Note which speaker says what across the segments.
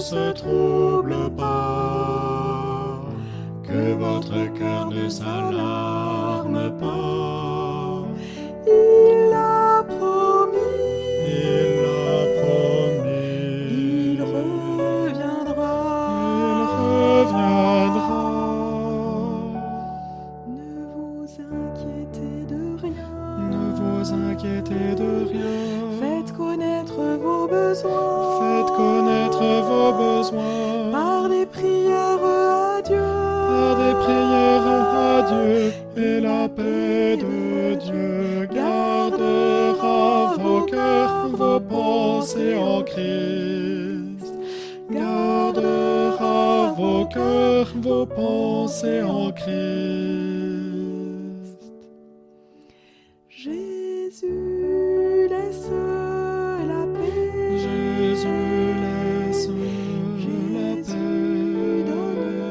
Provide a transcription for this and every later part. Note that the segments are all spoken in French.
Speaker 1: se trouble pas, que votre cœur ne s'alarme pas. Il l'a promis, il l'a promis, il reviendra,
Speaker 2: Ne vous inquiétez de
Speaker 1: il reviendra.
Speaker 2: rien.
Speaker 1: Ne vous inquiétez de rien.
Speaker 2: Faites connaître vos besoins.
Speaker 1: Faites connaître vos besoins
Speaker 2: Par des prières à Dieu.
Speaker 1: par des prières à Dieu et la paix de Dieu gardera vos cœurs, vos pensées en Christ. Gardera vos cœurs, vos pensées en Christ.
Speaker 2: Jésus, laisse la paix.
Speaker 1: Jésus laisse la
Speaker 2: Jésus, donne
Speaker 1: paix.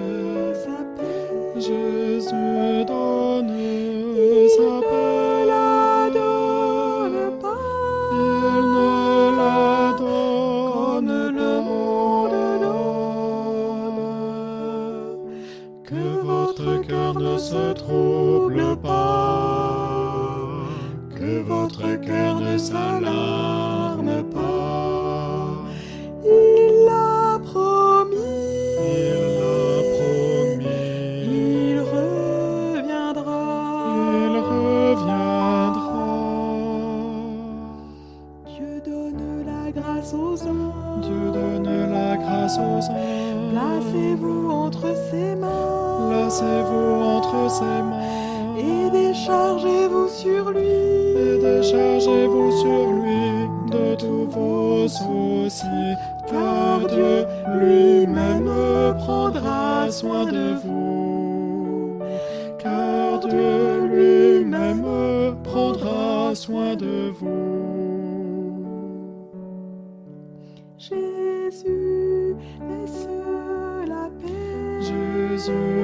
Speaker 2: sa paix.
Speaker 1: Jésus donne
Speaker 2: Il
Speaker 1: sa
Speaker 2: ne
Speaker 1: paix.
Speaker 2: la donne pas.
Speaker 1: Il ne la
Speaker 2: Comme
Speaker 1: donne
Speaker 2: le monde
Speaker 1: donne. Que votre cœur ne se trouble pas. Que votre cœur ne s'alarme pas.
Speaker 2: Il l'a promis.
Speaker 1: Il l'a promis.
Speaker 2: Il reviendra.
Speaker 1: Il reviendra.
Speaker 2: Dieu donne la grâce aux hommes.
Speaker 1: Dieu donne la grâce aux anges.
Speaker 2: Placez-vous entre ses mains.
Speaker 1: Placez-vous entre ses mains.
Speaker 2: Et déchargez-vous sur lui.
Speaker 1: Et déchargez-vous sur lui de tous vos soucis, car Dieu lui-même prendra soin de vous. Car Dieu lui-même prendra soin de vous.
Speaker 2: Jésus, laisse la paix.
Speaker 1: Jésus